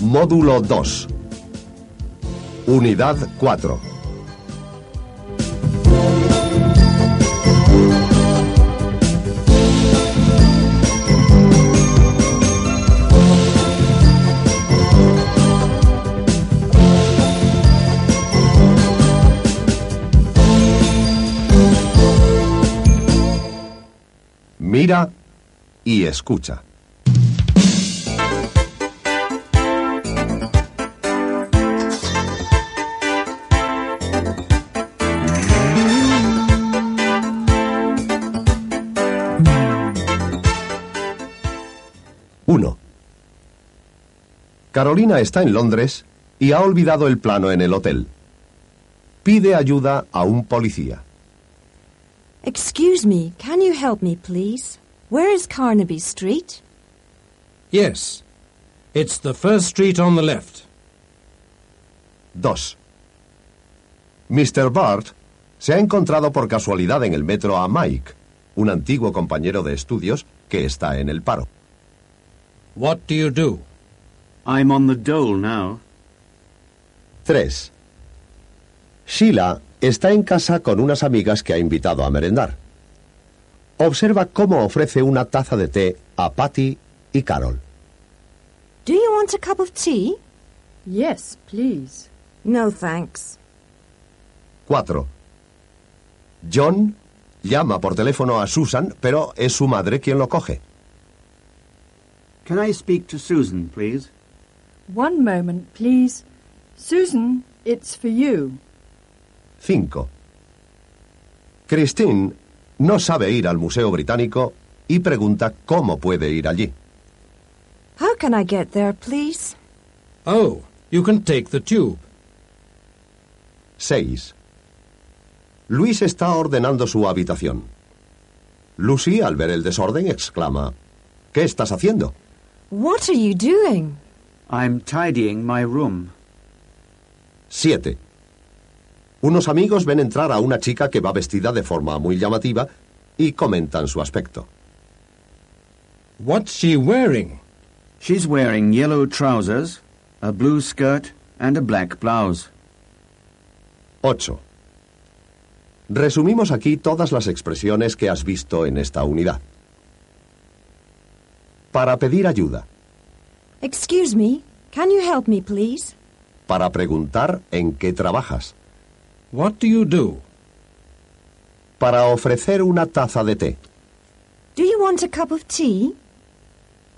Módulo 2. Unidad 4. Mira y escucha. Uno. Carolina está en Londres y ha olvidado el plano en el hotel. Pide ayuda a un policía. Excuse me, can you help me, please? Where is Carnaby Street? Yes. It's the first street on the left. 2. Mr. Bart se ha encontrado por casualidad en el metro a Mike, un antiguo compañero de estudios que está en el paro. What do you do? I'm on the dole now. 3. Sheila está en casa con unas amigas que ha invitado a merendar. Observa cómo ofrece una taza de té a Patty y Carol. Do you want a cup of tea? Yes, please. No, thanks. 4. John llama por teléfono a Susan, pero es su madre quien lo coge. Can I speak to Susan, please? One moment, please. Susan, it's for you. 5. Christine no sabe ir al Museo Británico y pregunta cómo puede ir allí. How can I get there, please? Oh, you can take the tube. 6. Luis está ordenando su habitación. Lucy, al ver el desorden, exclama, ¿Qué estás haciendo? What are you doing? I'm tidying my room. 7. Unos amigos ven entrar a una chica que va vestida de forma muy llamativa y comentan su aspecto. What's she wearing? She's wearing yellow trousers, a blue skirt, and a black blouse. 8. Resumimos aquí todas las expresiones que has visto en esta unidad. Para pedir ayuda, Excuse me, can you help me, please? para preguntar en qué trabajas, What do you do? para ofrecer una taza de té, Do you want a cup of tea?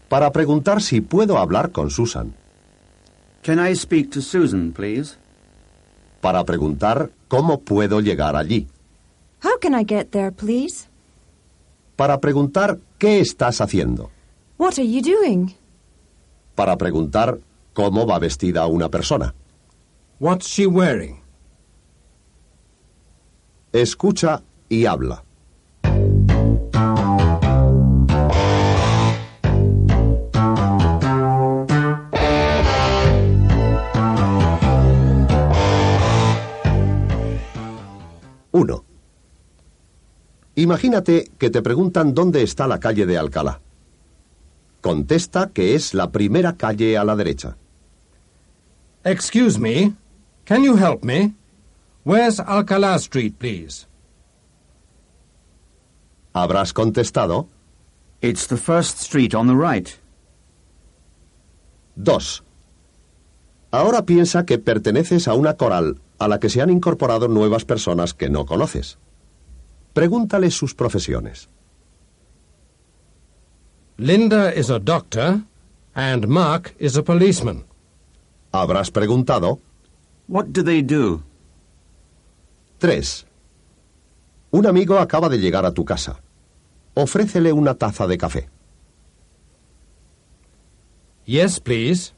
para preguntar si puedo hablar con Susan, Can I speak to Susan, please? para preguntar cómo puedo llegar allí, How can I get there, please? para preguntar qué estás haciendo, What are you doing? para preguntar cómo va vestida una persona. What's she wearing? Escucha y habla. Uno. Imagínate que te preguntan dónde está la calle de Alcalá. Contesta que es la primera calle a la derecha. Excuse me. Can you help me? Where's Alcala Street, please? Habrás contestado It's the first street on the right. 2. Ahora piensa que perteneces a una coral a la que se han incorporado nuevas personas que no conoces. Pregúntales sus profesiones. Linda is a doctor, and Mark is a policeman. Habrás preguntado What do they do? 3. Un amigo acaba de llegar a tu casa. Ofrécele una taza de café. Yes, please.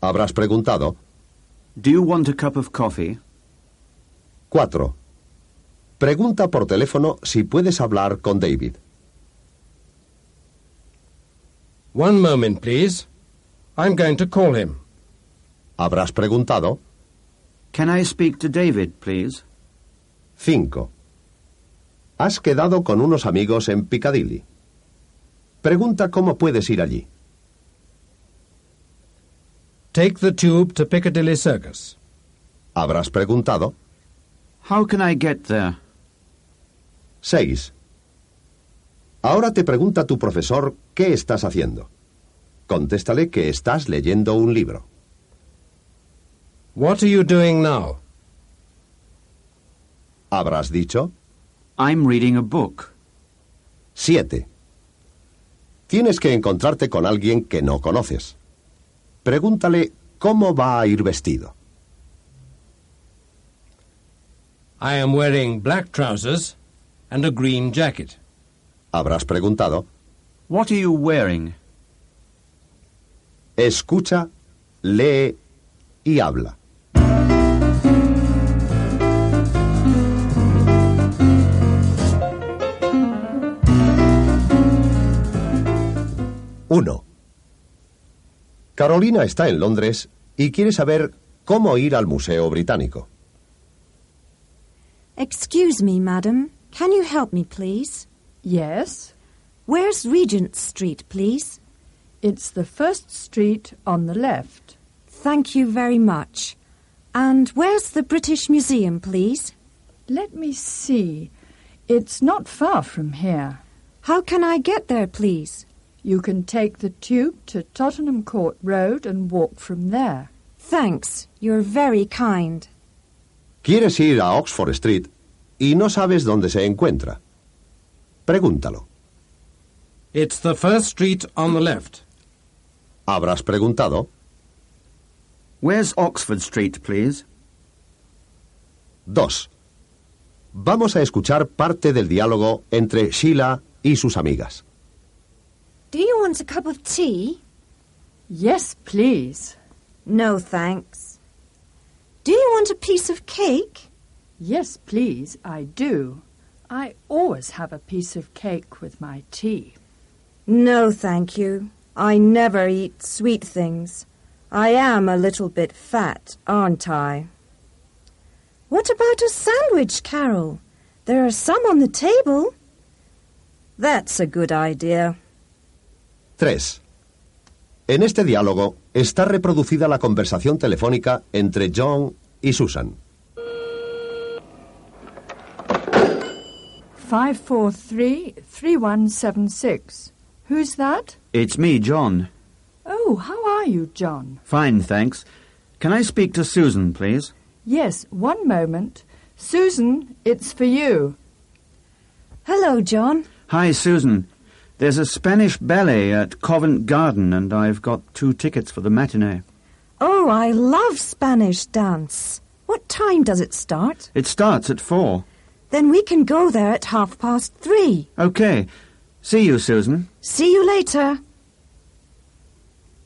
Habrás preguntado Do you want a cup of coffee? 4. Pregunta por teléfono si puedes hablar con David. One moment, please. I'm going to call him. Habrás preguntado Can I speak to David, please? 5. Has quedado con unos amigos en Piccadilly. Pregunta cómo puedes ir allí. Take the tube to Piccadilly Circus. Habrás preguntado. How can I get there? 6. Ahora te pregunta tu profesor qué estás haciendo. Contéstale que estás leyendo un libro. What are you doing now? Habrás dicho I'm reading a book. 7. Tienes que encontrarte con alguien que no conoces. Pregúntale cómo va a ir vestido. I am wearing black trousers and a green jacket. Habrás preguntado. What are you wearing? Escucha, lee y habla. Uno. Carolina está en Londres y quiere saber cómo ir al Museo Británico. Excuse me, madam. Can you help me, please? Yes, Where's Regent Street, please? it's the first street on the left. Thank you very much. And where's the British Museum, please? Let me see. It's not far from here. How can I get there, please? You can take the tube to Tottenham Court Road and walk from there. Thanks. You're very kind. Quieres ir a Oxford Street y no sabes dónde se encuentra. Pregúntalo. It's the first street on the left. Habrás preguntado. Where's Oxford Street, please? 2. Vamos a escuchar parte del diálogo entre Sheila y sus amigas. Do you want a cup of tea? Yes, please. No, thanks. Do you want a piece of cake? Yes, please, I do. I always have a piece of cake with my tea. No, thank you. I never eat sweet things. I am a little bit fat, aren't I? What about a sandwich, Carol? There are some on the table. That's a good idea. 3. En este diálogo está reproducida la conversación telefónica entre John y Susan. 543 3176. Who's that? It's me, John. Oh, how are you, John? Fine, thanks. Can I speak to Susan, please? Yes, one moment. Susan, it's for you. Hello, John. Hi, Susan. There's a Spanish ballet at Covent Garden, and I've got two tickets for the matinee. Oh, I love Spanish dance. What time does it start? It starts at four. Then we can go there at half past three. Okay. See you, Susan. See you later.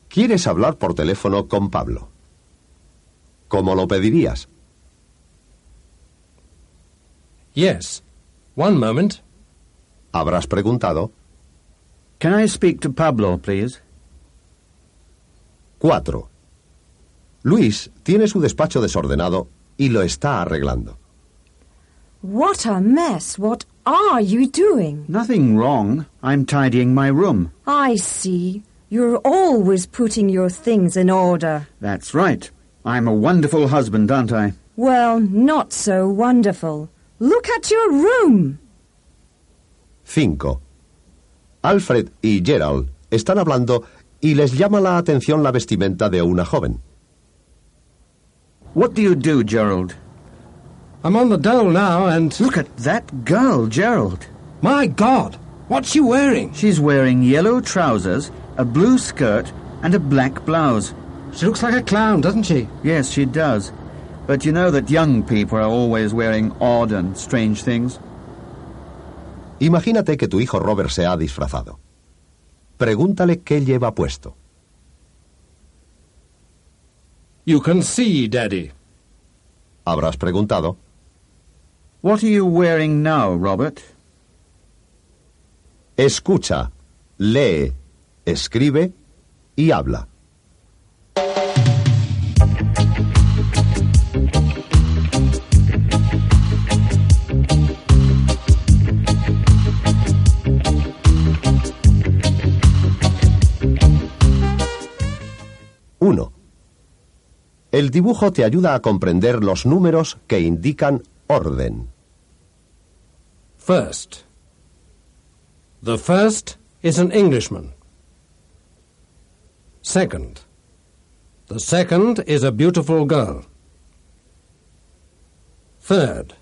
Quieres hablar por teléfono con Pablo. ¿Cómo lo pedirías? Yes. One moment. Habrás preguntado. Can I speak to Pablo, please? 4. Luis tiene su despacho desordenado y lo está arreglando. What a mess. What are you doing? Nothing wrong. I'm tidying my room. I see. You're always putting your things in order. That's right. I'm a wonderful husband, aren't I? Well, not so wonderful. Look at your room. 5. Alfred y Gerald están hablando y les llama la atención la vestimenta de una joven. What do you do, Gerald? I'm on the dole now and. Look at that girl, Gerald. My God! What's she wearing? She's wearing yellow trousers, a blue skirt, and a black blouse. She looks like a clown, doesn't she? Yes, she does. But you know that young people are always wearing odd and strange things. Imagínate que tu hijo Robert se ha disfrazado. Pregúntale qué lleva puesto. You can see, Daddy. Habrás preguntado. What are you wearing now, Robert? Escucha, lee, escribe y habla. Uno. El dibujo te ayuda a comprender los números que indican orden. First. The first is an Englishman. Second. The second is a beautiful girl. Third.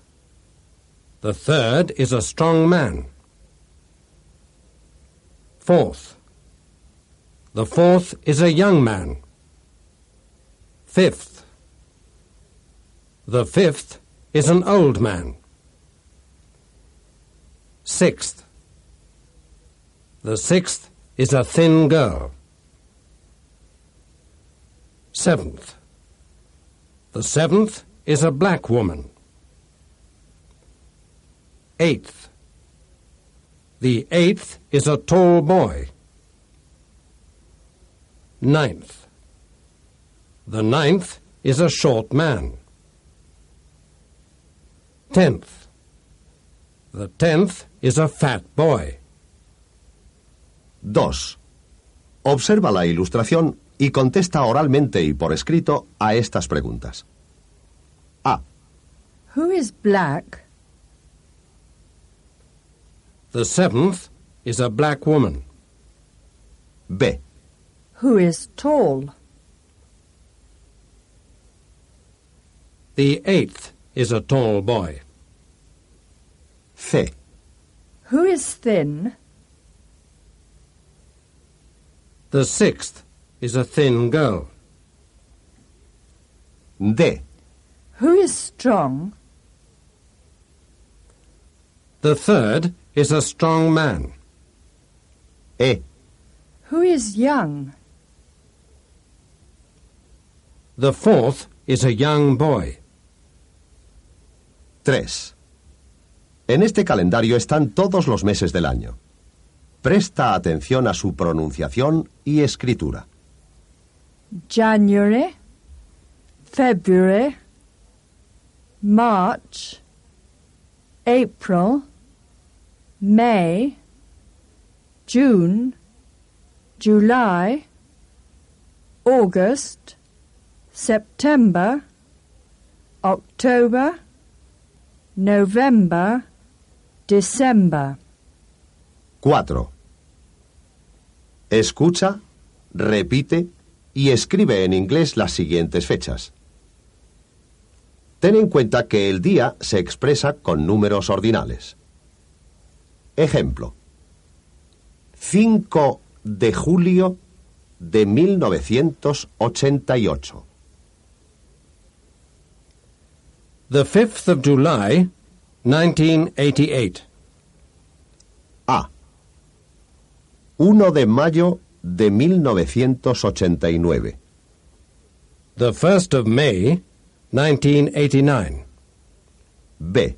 The third is a strong man. Fourth. The fourth is a young man. Fifth. The fifth is an old man. Sixth. The sixth is a thin girl. Seventh. The seventh is a black woman. Eighth. The eighth is a tall boy. Ninth. The ninth is a short man. Tenth. The tenth is a fat boy. 2. Observa la ilustración y contesta oralmente y por escrito a estas preguntas. A. Who is black? The seventh is a black woman. B. Who is tall? The eighth is a tall boy. C. Who is thin? The sixth is a thin girl. D. Who is strong? The third is a strong man. E. Who is young? The fourth is a young boy. 3. En este calendario están todos los meses del año. Presta atención a su pronunciación y escritura. January, February, March, April, May, June, July, August, September, October, November, December. 4. Escucha, repite y escribe en inglés las siguientes fechas. Ten en cuenta que el día se expresa con números ordinales. Ejemplo. 5 de julio de 1988. The fifth of July, 1988. A. 1 de mayo de 1989. The first of May, 1989. B.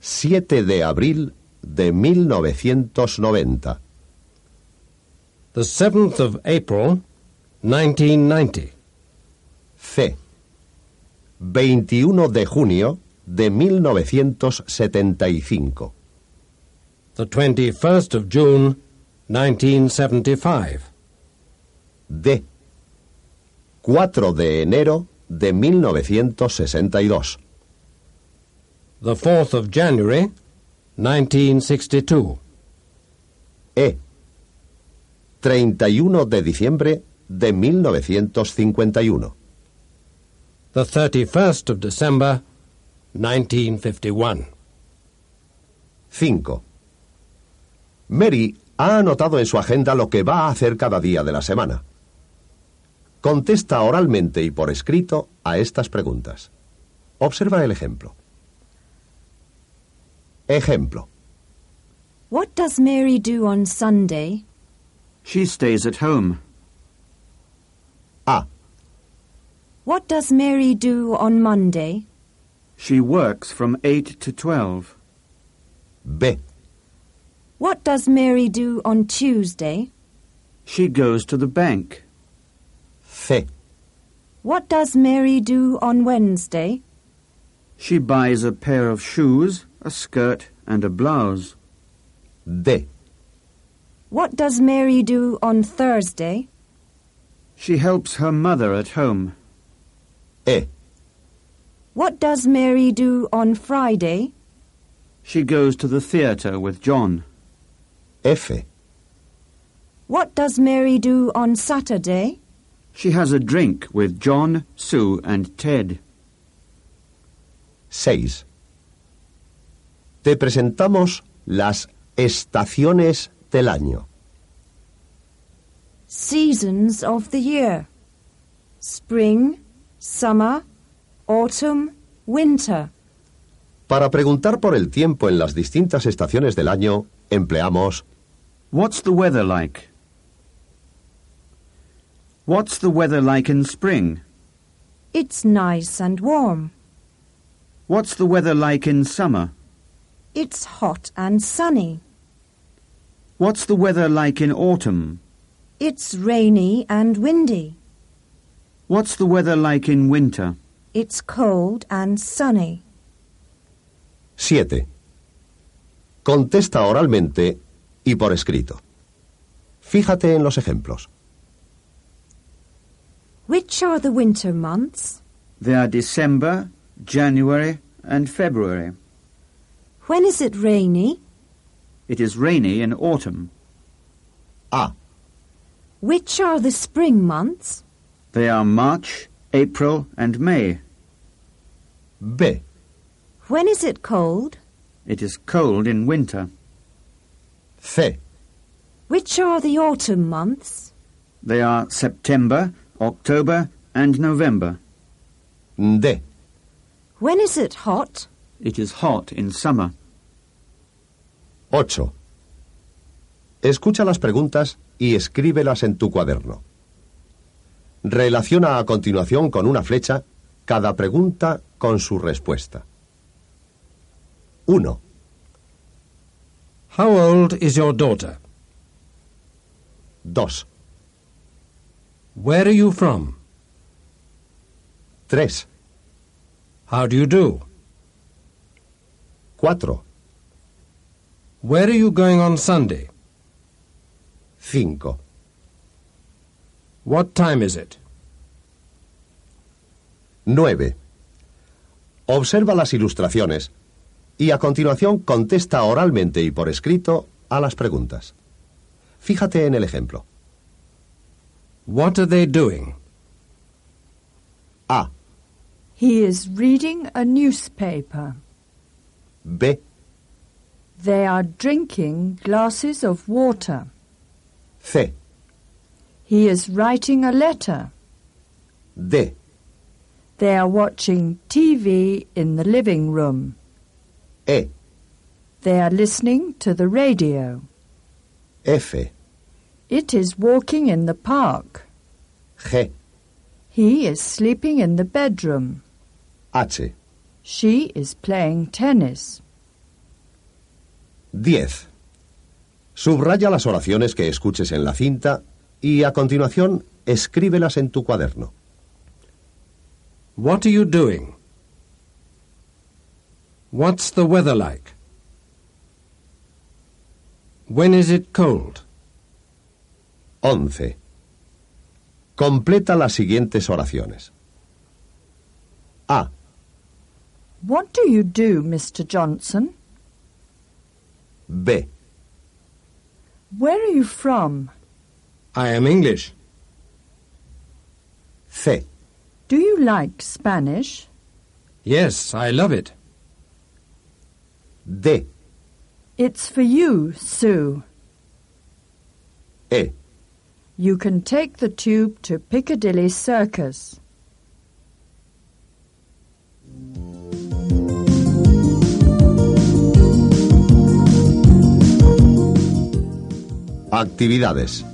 7 de abril de 1990. The seventh of April, 1990. C. 21 de junio de 1975. The twenty-first of June, 1975. D. 4 de enero de 1962. The fourth of January, 1962. E. 31 de diciembre de 1951. The thirty-first of December, 1951. 5. Mary ha anotado en su agenda lo que va a hacer cada día de la semana. Contesta oralmente y por escrito a estas preguntas. Observa el ejemplo. Ejemplo. What does Mary do on Sunday? She stays at home. A. What does Mary do on Monday? She works from 8 to 12. B. What does Mary do on Tuesday? She goes to the bank. C. What does Mary do on Wednesday? She buys a pair of shoes, a skirt, and a blouse. D. What does Mary do on Thursday? She helps her mother at home. E. What does Mary do on Friday? She goes to the theatre with John. F. What does Mary do on Saturday? She has a drink with John, Sue, and Ted. 6. Te presentamos las estaciones del año. Seasons of the year. Spring, summer, autumn, winter. Para preguntar por el tiempo en las distintas estaciones del año, empleamos What's the weather like? What's the weather like in spring? It's nice and warm. What's the weather like in summer? It's hot and sunny. What's the weather like in autumn? It's rainy and windy. What's the weather like in winter? It's cold and sunny. 7. Contesta oralmente y por escrito. Fíjate en los ejemplos. Which are the winter months? They are December, January, and February. When is it rainy? It is rainy in autumn. A. Which are the spring months? They are March, April, and May. B. When is it cold? It is cold in winter. C. Which are the autumn months? They are September, October, and November. D. When is it hot? It is hot in summer. 8. Escucha las preguntas y escríbelas en tu cuaderno. Relaciona a continuación con una flecha cada pregunta con su respuesta. 1, How old is your daughter? 2, Where are you from? 3, How do you do? 4, Where are you going on Sunday? 5, What time is it? 9. Observa las ilustraciones y a continuación contesta oralmente y por escrito a las preguntas. Fíjate en el ejemplo. What are they doing? A, He is reading a newspaper. B, They are drinking glasses of water. C, He is writing a letter. D, They are watching TV in the living room. E, They are listening to the radio. F, It is walking in the park. G, He is sleeping in the bedroom. H. She is playing tennis. 10. Subraya las oraciones que escuches en la cinta y a continuación escríbelas en tu cuaderno. What are you doing? What's the weather like? When is it cold? 11. Completa las siguientes oraciones. A. What do you do, Mr. Johnson? B. Where are you from? I am English. C. Do you like Spanish? Yes, I love it. D. It's for you, Sue. E. You can take the tube to Piccadilly Circus. Actividades.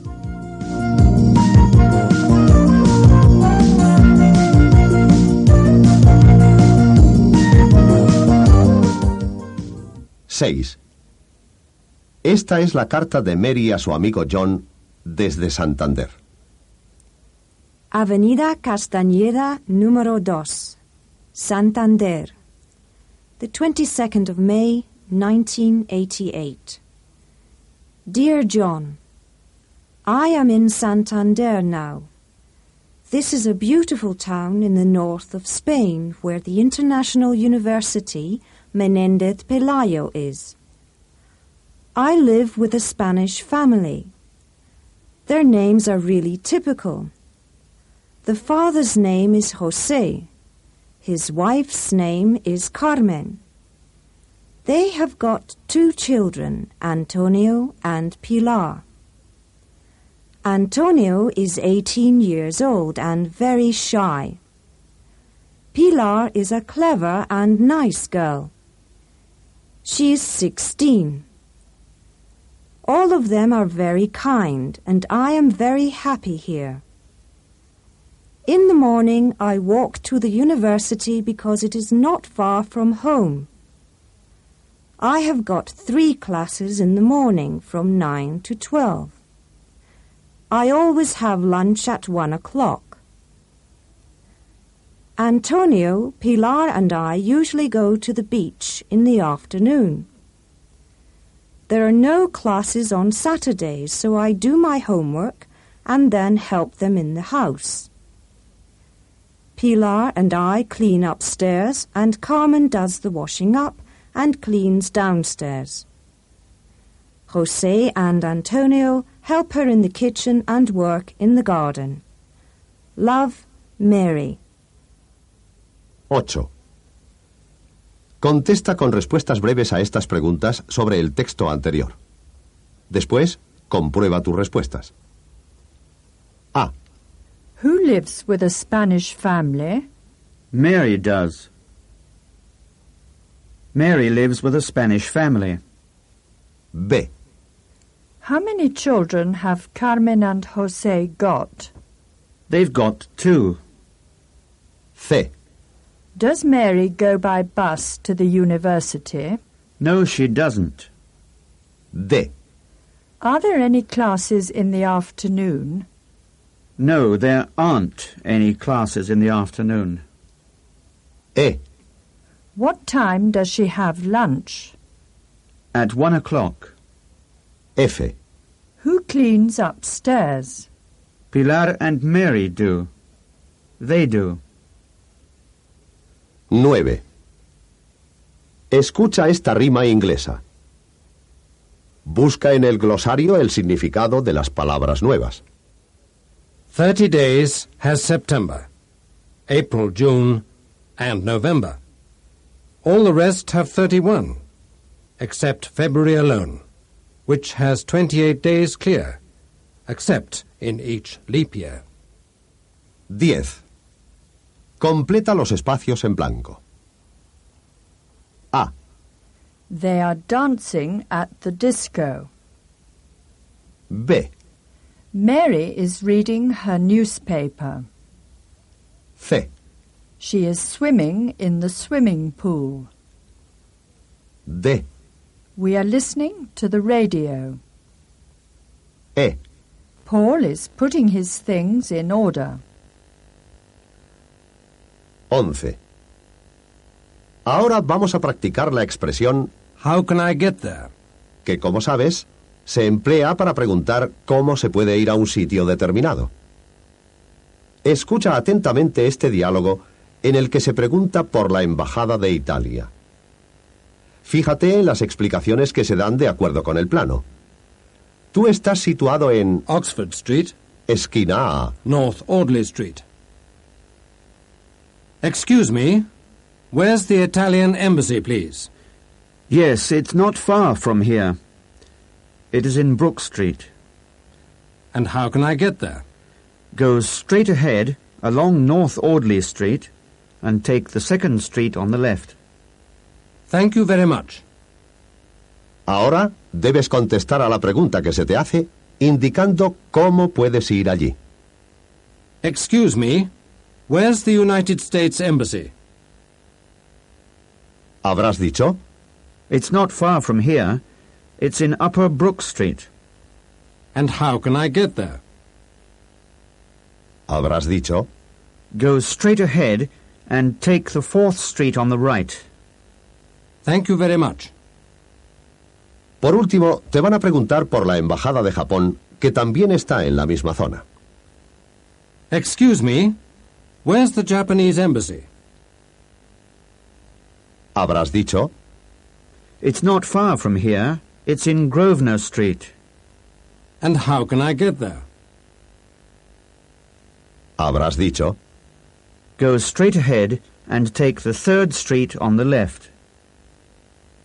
Seis. Esta es la carta de Mary a su amigo John desde Santander. Avenida Castañeda, número 2, Santander. The 22nd of May, 1988. Dear John, I am in Santander now. This is a beautiful town in the north of Spain where the International University Menéndez Pelayo is. I live with a Spanish family. Their names are really typical. The father's name is Jose. His wife's name is Carmen. They have got two children, Antonio and Pilar. Antonio is 18 years old and very shy. Pilar is a clever and nice girl. She is 16. All of them are very kind, and I am very happy here. In the morning, I walk to the university because it is not far from home. I have got three classes in the morning from 9 to 12. I always have lunch at one o'clock. Antonio, Pilar, and I usually go to the beach in the afternoon. There are no classes on Saturdays, so I do my homework and then help them in the house. Pilar and I clean upstairs, and Carmen does the washing up and cleans downstairs. Jose and Antonio help her in the kitchen and work in the garden. Love, Mary. 8. Contesta con respuestas breves a estas preguntas sobre el texto anterior. Después, comprueba tus respuestas. A. Who lives with a Spanish family? Mary does. Mary lives with a Spanish family. B. How many children have Carmen and Jose got? They've got two. C. Does Mary go by bus to the university? No, she doesn't. D. Are there any classes in the afternoon? No, there aren't any classes in the afternoon. E. What time does she have lunch? At one o'clock, F. Who cleans upstairs? Pilar and Mary do. They do. 9. Escucha esta rima inglesa. Busca en el glosario el significado de las palabras nuevas. 30 days has September, April, June, and November. All the rest have 31, except February alone, which has 28 days clear, except in each leap year. 10. Completa los espacios en blanco. A. They are dancing at the disco. B. Mary is reading her newspaper. C. She is swimming in the swimming pool. D. We are listening to the radio. E. Paul is putting his things in order. 11. Ahora vamos a practicar la expresión How can I get there? que, como sabes, se emplea para preguntar cómo se puede ir a un sitio determinado. Escucha atentamente este diálogo en el que se pregunta por la Embajada de Italia. Fíjate en las explicaciones que se dan de acuerdo con el plano. Tú estás situado en Oxford Street, esquina A. North Audley Street. Excuse me, where's the Italian embassy, please? Yes, it's not far from here. It is in Brook Street. And how can I get there? Goes straight ahead along North Audley Street and take the second street on the left. Thank you very much. Ahora debes contestar a la pregunta que se te hace indicando cómo puedes ir allí. Excuse me, where's the United States embassy? ¿Habrás dicho? It's not far from here. It's in Upper Brook Street. And how can I get there? ¿Habrás dicho? Goes straight ahead and take the fourth street on the right. Thank you very much. Por último, te van a preguntar por la Embajada de Japón, que también está en la misma zona. Excuse me, where's the Japanese embassy? Habrás dicho, It's not far from here. It's in Grosvenor Street. And how can I get there? habrás dicho, Go straight ahead and take the third street on the left.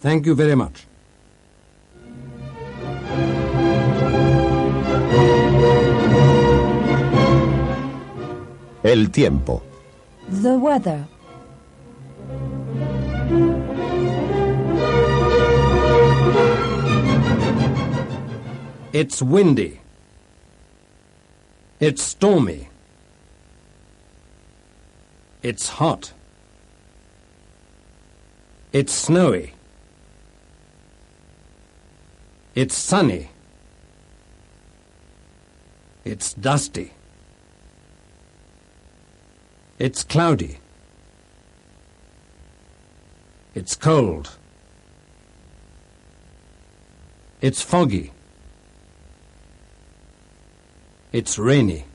Thank you very much. el tiempo. The weather. It's windy. It's stormy. It's hot. It's snowy. It's sunny. It's dusty. It's cloudy. It's cold. It's foggy. It's rainy.